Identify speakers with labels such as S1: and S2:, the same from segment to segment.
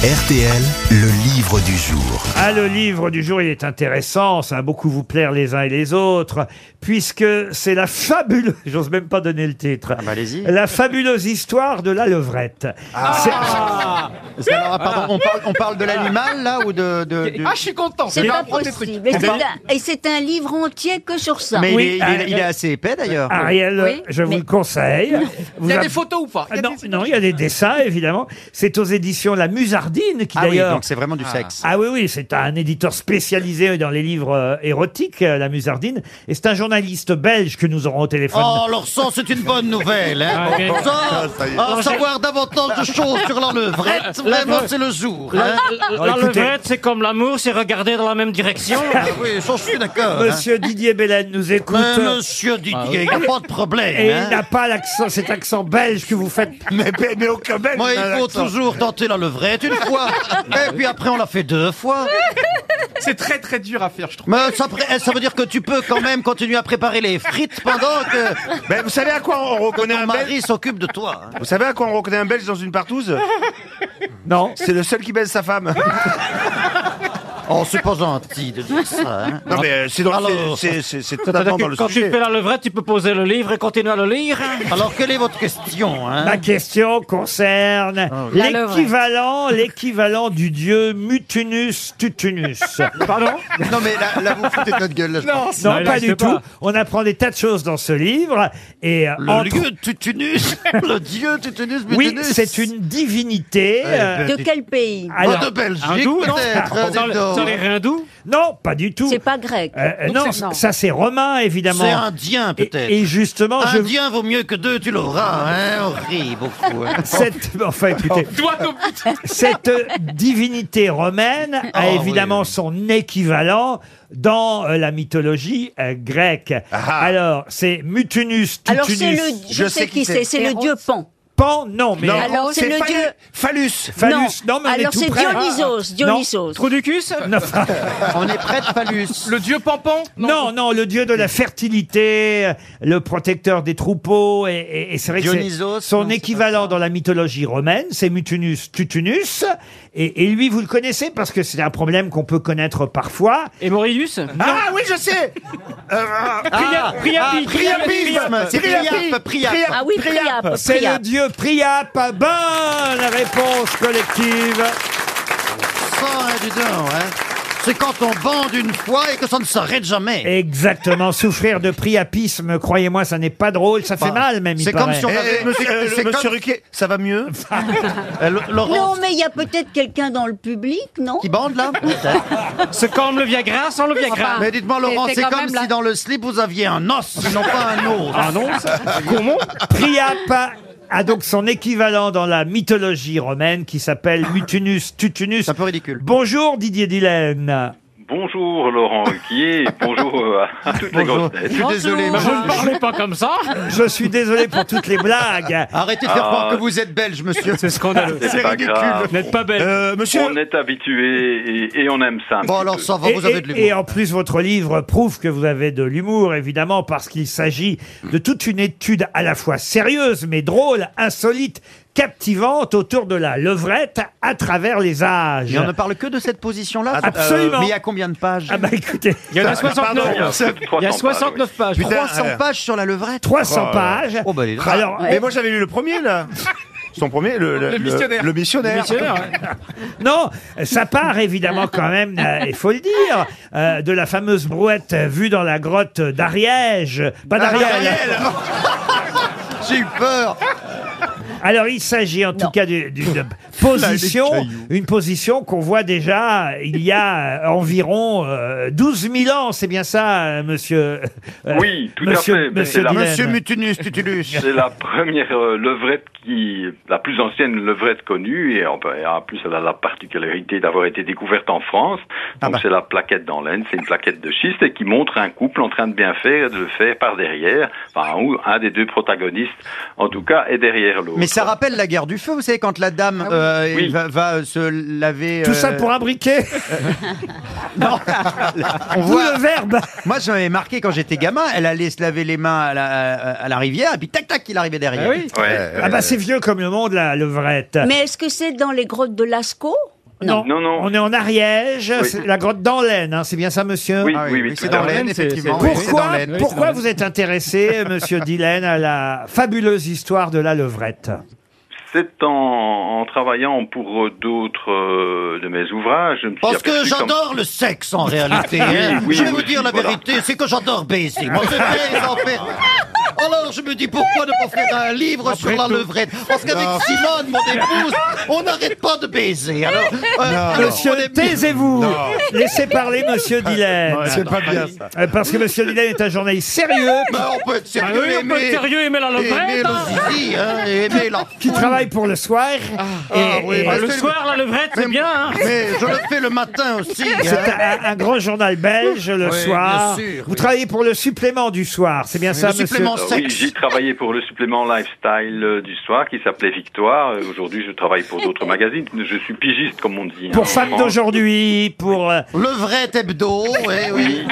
S1: RTL, le livre du jour.
S2: Ah, le livre du jour, il est intéressant, ça va beaucoup vous plaire les uns et les autres, puisque c'est la fabuleuse, j'ose même pas donner le titre,
S3: bah, allez-y. Ah
S2: la fabuleuse histoire de la levrette.
S3: Parce que alors, pardon, on, parle, on parle de l'animal là ou de. de- de-
S4: Ah, je suis content.
S5: C'est
S4: Mais
S5: pas
S4: on prend des
S5: possible.
S4: trucs.
S5: Et c'est un- Et c'est un livre entier que sur ça.
S3: Mais
S2: Oui,
S3: il, est, il est-
S2: ah,
S3: il est assez épais d'ailleurs.
S2: C'est- Ariel,
S5: Oui,
S2: je vous
S5: mais-
S2: le conseille. Vous
S4: Il y a
S2: a-
S4: des photos ou pas Il
S2: Ah
S4: y a
S2: non,
S4: des-
S2: non, il y a des dessins, évidemment. C'est aux éditions La Musardine qui,
S3: Ah oui,
S2: d'ailleurs...
S3: donc c'est vraiment du sexe.
S2: Ah oui, oui, c'est un éditeur spécialisé dans les livres euh, érotiques, euh, La Musardine. Et c'est un journaliste belge que nous aurons au téléphone.
S6: Oh, alors ça, c'est une bonne nouvelle. Hein. Ça, ah, savoir davantage de choses sur la levrette, vraiment, c'est le jour. Hein.
S2: Alors,
S7: Euh, La
S2: écoutez-
S7: levrette, c'est comme l'amour, c'est regarder dans la même direction.
S6: Ah oui, ça, je suis d'accord. hein.
S2: Monsieur Didier Belen nous écoute.
S6: Mais monsieur Didier, il n'y a pas de
S2: Et
S6: problème.
S2: il
S6: hein.
S2: n'a pas l'accent, cet accent belge que vous faites. Mais, aucun belge.
S6: Moi, il faut toujours tenter la levrette une fois, et puis après, on la fait deux fois.
S4: C'est très très dur à faire, je trouve.
S6: Mais ça, pré- ça veut dire que tu peux quand même continuer à préparer les frites pendant que
S8: Ben, vous savez à quoi on reconnaît
S6: ton
S8: un Belge
S6: mari s'occupe de toi. hein.
S8: Vous savez à quoi on reconnaît un Belge dans une partouze
S2: Non.
S8: C'est le seul qui baise sa femme.
S6: Oh, c'est pas gentil de dire ça. hein.
S8: Non mais euh, c'est dans-
S6: Alors-
S8: c'est- c'est- c'est- c'est
S7: C'est-à-dire
S8: totalement dans
S7: que
S8: le
S7: Quand tu
S8: sujet.
S7: fais la levrette, tu peux poser le livre et continuer à le lire.
S6: Alors, quelle est votre question hein
S2: Ma question concerne
S5: La
S2: l'équivalent, l'équivalent du dieu Mutunus Tutunus.
S7: Pardon
S6: Non, mais là, là, vous foutez de notre gueule. Là, je
S4: Non,
S2: Non,
S7: Non, il
S2: pas
S7: reste
S2: du
S7: pas.
S2: tout. On apprend des tas de choses dans ce livre. Et euh,
S6: Le
S2: entre-
S6: lieu Tutunus, le dieu Tutunus
S2: oui,
S6: Mutunus.
S2: c'est une divinité. euh,
S5: De quel pays
S6: Pas
S2: alors,
S6: Oh, de Belgique,
S7: Hindou, non Ah,
S6: peut-être. hein,
S7: Dans
S6: dis
S7: le-
S6: donc.
S7: Dans les hindous
S2: non, pas du tout.
S5: C'est pas grec.
S2: Euh, euh,
S5: Donc
S2: non,
S5: c'est- non.
S2: ça c'est romain évidemment.
S6: C'est indien,
S2: Et,
S6: peut-être.
S2: et justement, je,
S6: Indien vaut mieux que deux, tu l'auras. Hein Horrible, au fou. hein.
S2: cette, enfin écoutez,
S6: Oh,
S4: Doigt au but.
S2: cette euh, divinité romaine a
S6: Ah,
S2: évidemment
S6: oui, oui.
S2: son équivalent dans euh, la mythologie euh, grecque.
S6: Ah.
S2: Alors, c'est Mutunus,
S5: Alors c'est
S2: Tutunus,
S5: le, je, sais, qui c'est, c'est le dieu Pan.
S2: Pan, non, mais
S8: Non,
S5: Alors, c'est le
S8: Phallu-
S5: dieu-
S8: Phallus.
S2: Phallus, non, mais on est
S5: Alors
S2: tout
S5: c'est
S2: près. Ah.
S5: Dionysos, Dionysos.
S7: Trou du cul ça
S2: non,
S6: On est près de Phallus.
S4: Le dieu Pampan
S2: non, non, le dieu de la fertilité, euh, le protecteur des troupeaux, et, et- et c'est vrai que c'est-
S6: Dionysos, non,
S2: son
S6: c'est pas
S2: équivalent dans la mythologie romaine, c'est Mutunus Tutunus, et, et lui, vous le connaissez parce que c'est un problème qu'on peut connaître parfois.
S7: Et Mauritius
S8: Ah oui je sais.
S7: Ah,
S8: Ah.
S7: Priap, Priapi,
S6: Priapisme, c'est Priap, Priap.
S5: Ah oui, Priap.
S2: C'est le
S5: Priap.
S2: dieu Priap. Bonne réponse collective.
S6: Ça, hein, dis donc, hein. C'est quand on bande une fois et que ça ne s'arrête jamais.
S2: Exactement. Souffrir de priapisme, croyez-moi, ça n'est pas drôle. Ça fait
S6: Bah,
S2: mal, même. il
S6: c'est comme
S2: paraît.
S6: si on-
S8: Eh, eh, monsieur, euh,
S6: C'est comme-
S8: monsieur Ruquier, ça va mieux
S6: Euh, Lo-
S5: Non,
S6: Laurent,
S5: mais il y a peut-être quelqu'un dans le public, non
S6: qui bande là Peut-être.
S7: C'est comme le Viagra sans le Viagra.
S6: Mais dites-moi, Laurent, Ah, c'est comme si dans le slip vous aviez un os, non pas un os.
S7: Ah non, ça- comment
S2: Priap a donc son équivalent dans la mythologie romaine qui s'appelle Mutunus Tutunus.
S6: C'est un peu ridicule.
S2: Bonjour Didier Dylan.
S9: Bonjour Laurent Ruquier, et bonjour euh, à toutes les grosses
S6: Je
S9: têtes.
S6: suis désolé.
S7: Bah,
S6: mais-
S7: Vous ne parlez pas comme ça
S2: Je suis désolé pour toutes les blagues.
S6: Arrêtez de faire
S9: Ah.
S6: croire que vous êtes belge, monsieur.
S7: C'est scandaleux.
S9: C'est pas grave.
S7: Vous n'êtes pas belle.
S8: Euh, Monsieur.
S9: On est habitué et, et on aime ça. un
S6: Bon,
S9: petit
S6: alors
S9: peu.
S6: ça va,
S2: Et,
S6: vous avez de
S2: et- et
S6: l'humour.
S2: en plus, votre livre prouve que vous avez de l'humour, évidemment, parce qu'il s'agit de toute une étude à la fois sérieuse, mais drôle, insolite, captivante autour de la levrette à travers les âges.
S6: Et on ne parle que de cette position-là. euh,
S2: Absolument.
S6: Mais il y a combien de pages
S2: Ah bah écoutez,
S7: Il y en a
S9: Il y a
S7: 69. Il y a
S9: 69.
S7: 69 pages.
S8: Putain,
S6: 300
S8: euh,
S6: pages sur la levrette.
S2: 300
S8: Oh,
S2: pages.
S6: Oh, bah, les-
S2: Alors,
S8: Mais moi j'avais lu le premier là. Son premier, le, le-
S4: Le
S8: le-
S4: missionnaire.
S8: le missionnaire.
S2: euh, Non, ça part évidemment quand même, euh, il faut le dire, euh, de la fameuse brouette vue dans la grotte d'Ariège. Pas d'Ariège.
S8: Ah,
S6: J'ai eu peur.
S2: Alors il s'agit en tout cas du- d'une position, une position qu'on voit déjà il y a euh, environ euh, 12 000 ans, c'est bien ça, euh, monsieur euh,
S9: Oui, tout à
S2: monsieur,
S9: fait, mais
S2: Monsieur,
S9: c'est la-
S2: Dylan.
S6: Monsieur Mutunus, Tutulus.
S9: C'est la première euh, levrette qui, la plus ancienne levrette connue, et en, et en plus elle a la particularité d'avoir été découverte en France. Donc c'est la plaquette dans l'aine, c'est une plaquette de schiste et qui montre un couple en train de bien faire et de le faire par derrière. Enfin, un, ou- un des deux protagonistes, en tout cas, est derrière l'autre.
S6: Mais
S3: ça rappelle la guerre du feu, vous savez, quand la dame
S6: Ah
S3: euh,
S9: Oui.
S3: va, va, euh, se laver.
S2: Tout
S3: euh,
S2: ça pour un briquet
S3: On
S2: Vous,
S3: voit.
S2: le verbe
S3: Moi, ça m'avait marqué quand j'étais gamin. Elle allait se laver les mains à la, à la rivière, et puis tac tac, il arrivait derrière.
S7: oui.
S9: Ouais.
S2: Ah bah c'est vieux comme le monde, la levrette.
S5: Mais est-ce que c'est dans les grottes de Lascaux
S9: Non, non.
S2: On est en Ariège,
S9: Oui.
S2: c'est la grotte d'Anlaine, hein, c'est bien ça, monsieur
S9: Oui,
S3: Ah
S9: oui, oui.
S3: c'est
S9: tout
S3: dans
S9: à fait.
S3: l'aine,
S7: c'est-
S8: Ah
S3: effectivement.
S7: c'est-
S3: oui, c'est dans
S2: Pourquoi,
S3: l'Aisne.
S2: pourquoi vous êtes intéressé, monsieur Dylan, à la fabuleuse histoire de la levrette
S9: C'est en, en travaillant pour euh, d'autres euh, de mes ouvrages. je me suis
S6: Parce que
S9: aperçu comme-
S6: j'adore le sexe en réalité. hein.
S9: oui,
S6: je vais
S9: oui,
S6: vous dire la
S9: voilà.
S6: vérité, c'est que j'adore baiser. Moi, je baise, en fait. Alors je me dis pourquoi ne pas faire un livre sur la levrette Parce qu'avec Simone, mon épouse, on n'arrête pas de baiser. Alors, euh, alors,
S2: Monsieur,
S6: on est-
S2: taisez-vous Laissez parler monsieur Dylan.
S8: C'est pas bien ça.
S2: Euh, Parce que monsieur Dylan est un journaliste sérieux
S6: Bah, on peut être
S7: Ah
S6: sérieux,
S7: oui, on peut
S6: aimer,
S7: être sérieux, aimer la
S6: aimer
S7: levrette. hein.
S6: le zizi, hein, aimer la
S2: qui travaille pour le soir.
S6: Ah, oui,
S7: Ah,
S6: bah,
S7: Le
S6: c'est-
S7: soir, la levrette, c'est bien. hein.
S6: Mais je le fais le matin aussi. hein.
S2: C'est un, un grand journal belge le
S6: Oui,
S2: soir.
S6: bien sûr,
S2: vous
S6: oui.
S2: travaillez pour le supplément du soir, c'est bien ça,
S6: le
S2: monsieur
S6: supplément
S9: Euh, oui,
S6: sexe.
S9: j'ai travaillé pour le supplément Lifestyle euh, du soir qui s'appelait Victoire. Euh, Aujourd'hui, je travaille pour d'autres magazines. Je suis pigiste, comme on dit. hein, en
S2: Pour femmes
S9: France.
S2: d'aujourd'hui, pour, euh,
S6: Le vrai hebdo, eh oui.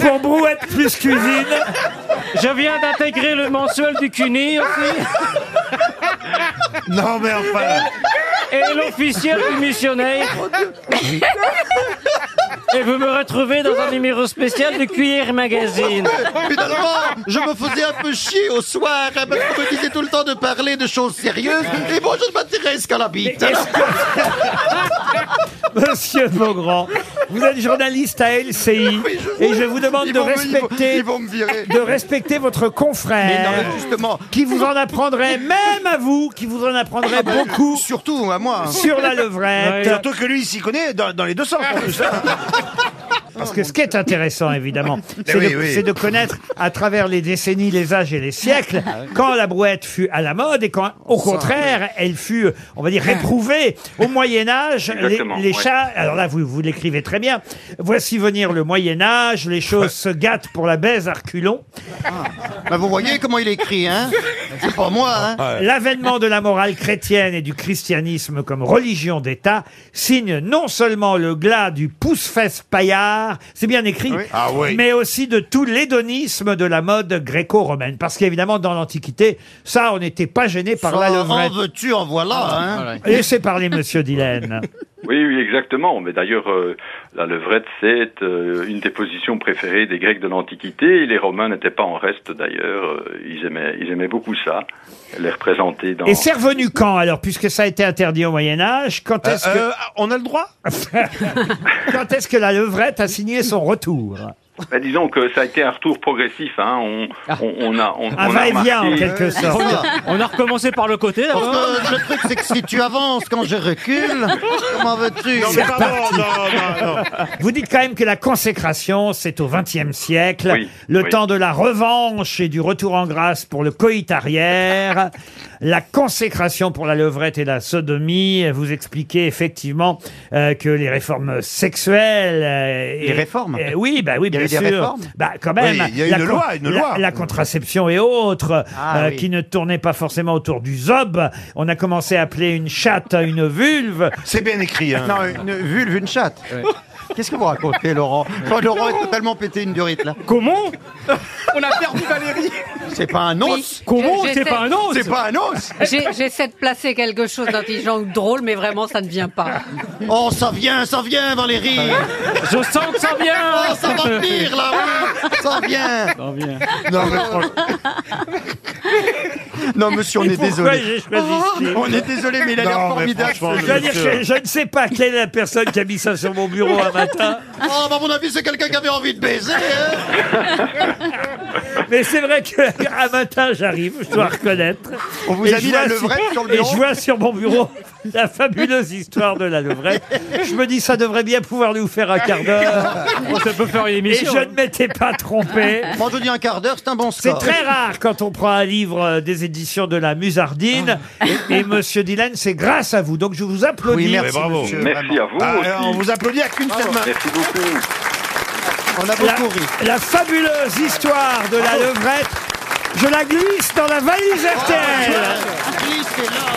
S2: pour brouette plus cuisine.
S7: Je viens d'intégrer le mensuel du CUNY aussi
S8: Non, mais enfin.
S7: et l'officiel du missionnaire. Et vous me retrouvez dans un numéro spécial du Cuir Magazine.
S6: Finalement, je me faisais un peu chier au soir, hein, parce qu'on me disait tout le temps de parler de choses sérieuses, et moi je ne m'intéresse qu'à la bite.
S2: Est-ce que- Monsieur Beaugrand, vous êtes journaliste à LCI
S6: Oui, je
S2: et je vous demande
S6: Ils
S2: de
S6: vont me- ils vont-
S2: respecter,
S6: ils vont me virer.
S2: de respecter votre
S6: Mais non,
S2: confrère
S6: mais justement,
S2: qui vous en apprendrait, même à vous, qui vous en
S8: Ah,
S2: apprendrait
S8: bah,
S2: beaucoup
S6: surtout à moi. hein.
S2: sur la levrette.
S7: Ouais.
S8: Surtout que lui, il s'y connaît dans, dans les deux sens. en plus. hein.
S2: Parce que ce qui est intéressant, évidemment, c'est
S8: oui,
S2: de,
S8: oui.
S2: c'est de connaître à travers les décennies, les âges et les siècles
S8: Ah
S2: quand la brouette fut à la mode et quand, au contraire, elle fut, on va dire, réprouvée. Au Moyen Âge, les,
S9: Exactement,
S2: les
S9: ouais.
S2: chats, alors là, vous, vous l'écrivez très bien, voici venir le Moyen Âge, les choses se gâtent pour la baise à reculons.
S6: Bah, vous voyez comment il écrit, hein C'est pas moi, hein
S2: Ah, L'avènement de la morale chrétienne et du christianisme comme religion d'État signe non seulement le glas du pouce-fesse paillard, c'est bien écrit,
S8: Ah oui.
S2: mais aussi de tout l'hédonisme de la mode gréco-romaine. Parce qu'évidemment, dans l'Antiquité, ça, on n'était pas gêné par la
S6: En
S2: levrette.
S6: veux-tu, en voilà, hein
S2: Laissez parler, monsieur Dylan.
S9: Oui, oui, exactement. Mais d'ailleurs, euh, la levrette, c'est euh, une des positions préférées des Grecs de l'Antiquité. Et les Romains n'étaient pas en reste, d'ailleurs. Euh, Ils aimaient, ils aimaient beaucoup ça. Les représenter dans...
S2: Et c'est revenu quand, alors, puisque ça a été interdit au Moyen-Âge, quand est-ce que,
S8: Euh, on a le droit
S2: quand est-ce que la levrette a signé son retour?
S9: Ben, disons que ça a été un retour progressif. Hein. On, on, on a, on,
S2: Un
S9: on a
S2: Ah. va-et-vient, en
S9: remarqué-
S2: quelque sorte.
S7: On a recommencé par le côté
S6: Parce
S7: d'abord.
S6: que le truc, c'est que si tu avances quand je recule, comment veux-tu
S8: Non, mais pardon, non, non, non.
S2: Vous dites quand même que la consécration, c'est au XXe siècle,
S9: Oui,
S2: le
S9: oui.
S2: temps de la revanche et du retour en grâce pour le coït arrière, la consécration pour la levrette et la sodomie. Vous expliquez effectivement euh, que les réformes sexuelles... euh,
S3: Les
S2: et-
S3: réformes
S2: euh, Oui, bah
S3: y
S2: oui,
S3: a
S2: bien
S3: eu des
S2: sûr.
S3: réformes
S2: Bah quand même.
S8: Oui, il y a eu
S2: la
S8: une
S2: con-
S8: loi, une
S2: la-
S8: loi.
S2: La contraception et autres,
S3: Ah,
S2: euh,
S3: oui.
S2: qui ne tournaient pas forcément autour du zob. On a commencé à appeler une chatte une vulve.
S8: C'est bien écrit. Hein.
S3: Non, une vulve, une chatte. Qu'est-ce que vous racontez, Laurent
S6: Enfin, Laurent est totalement pété une durite, là.
S7: Comment
S4: On a perdu Valérie.
S6: C'est pas un os
S7: Comment
S10: Je-
S7: C'est
S10: j'essaie-
S7: pas un os
S6: C'est pas un os
S10: j'ai- J'essaie de placer quelque chose d'intelligent ou de drôle, mais vraiment, ça ne vient pas.
S6: Oh, ça vient, ça vient, Valérie
S7: Je sens que ça vient
S6: Oh, ça va venir, là, oui Ça vient
S8: Non, mais franchement,
S3: Non, monsieur, on
S2: Et
S3: est
S2: pourquoi
S3: désolé. Oh,
S2: j'ai choisi ce titre
S3: On est désolé, mais il a l'air
S8: Non, mais
S3: formidable.
S8: franchement,
S2: Je dois dire
S8: Monsieur.
S2: que je ne sais pas quelle est la personne qui a mis ça sur mon bureau un matin,
S6: Oh, bah, à mon avis, c'est quelqu'un qui avait envie de baiser, hein
S2: mais c'est vrai qu'un matin j'arrive, je dois reconnaître.
S3: On vous
S2: Et
S3: a
S2: je
S3: mis la
S2: vois
S3: levrette
S2: sur-
S3: sur le
S2: Et
S3: bureau.
S2: je vois sur mon bureau la fabuleuse histoire de la levrette. Je me dis, ça devrait bien pouvoir nous faire un quart d'heure.
S7: Ça peut faire une
S2: Et
S7: émission. hein.
S2: je ne m'étais pas trompé.
S6: Moi, je dis un quart d'heure, c'est un bon
S2: C'est
S6: score.
S2: très rare quand on prend un livre euh, des éditions de la Musardine. Et, et monsieur Dylan, c'est grâce à vous. Donc je vous applaudis.
S3: Ah. Oui, merci,
S8: bravo.
S3: monsieur,
S9: Merci
S3: vraiment.
S9: à vous
S8: Ah,
S9: aussi.
S8: alors, on vous applaudit à qu'une seule main.
S9: Merci beaucoup.
S6: On a
S2: la,
S6: beaucoup ri.
S2: la fabuleuse histoire de la levrette Je la glisse dans la valise RTL.
S6: Glisse, c'est là.